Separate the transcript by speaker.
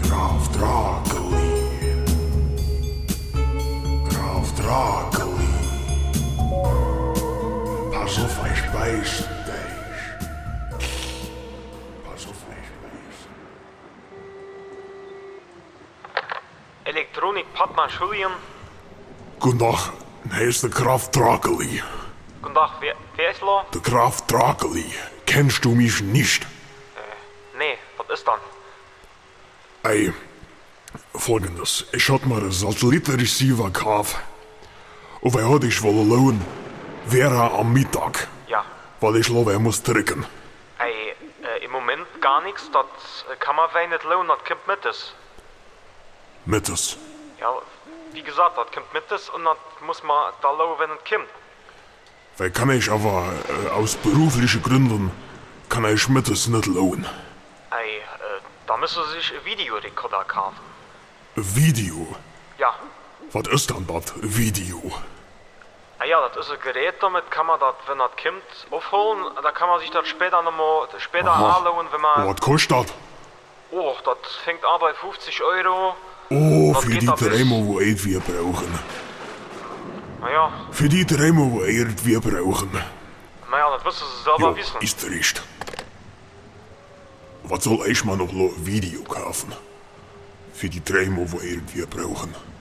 Speaker 1: Graf Dracoli. Graf Dracoli. Pass auf, ich beiß dich. Pass auf, ich beiß dich.
Speaker 2: Elektronik Padma Julian.
Speaker 1: Guten Tag, hier ist der Graf Dracoli.
Speaker 2: Guten Tag, wer, wer ist lo?
Speaker 1: Der Graf Dracoli. Kennst du mich nicht?
Speaker 2: Nee, was ist dann?
Speaker 1: Ey, folgendes. Ich hatte mir einen Satellitenreceiver gekauft. Und wer hat ich wollen lohnen? Wäre am Mittag.
Speaker 2: Ja,
Speaker 1: Weil ich glaube, er muss drücken.
Speaker 2: ey, äh, im Moment gar nichts, das äh, kann man wei nicht lohnen, das kommt mit es.
Speaker 1: Mittags.
Speaker 2: Ja, wie gesagt, das kommt mit es und das muss man da lohnen, wenn es kommt.
Speaker 1: Weil kann ich aber äh, aus beruflichen Gründen, kann ich mittags nicht lohnen.
Speaker 2: Ey, äh, da müssen Sie sich ein Videorekorder kaufen.
Speaker 1: Video.
Speaker 2: Ja,
Speaker 1: Was ist denn das? Video.
Speaker 2: Ah ja, das ist ein Gerät, damit kann man das, wenn das kommt, aufholen. Da kann man sich das später nochmal, später
Speaker 1: Aha.
Speaker 2: anlohnen, wenn man...
Speaker 1: Was kostet das?
Speaker 2: Oh, das fängt an bei 50 Euro.
Speaker 1: Oh,
Speaker 2: Was
Speaker 1: für
Speaker 2: geht
Speaker 1: die
Speaker 2: da bis?
Speaker 1: Träume, wo ich wir brauchen.
Speaker 2: Naja,
Speaker 1: Für die Träume, wo ich wir brauchen.
Speaker 2: naja, das müssen Sie selber
Speaker 1: Jo,
Speaker 2: wissen.
Speaker 1: ist recht. Was soll ich mal noch lo- Video kaufen? Für die Träume, wo ich wir brauchen.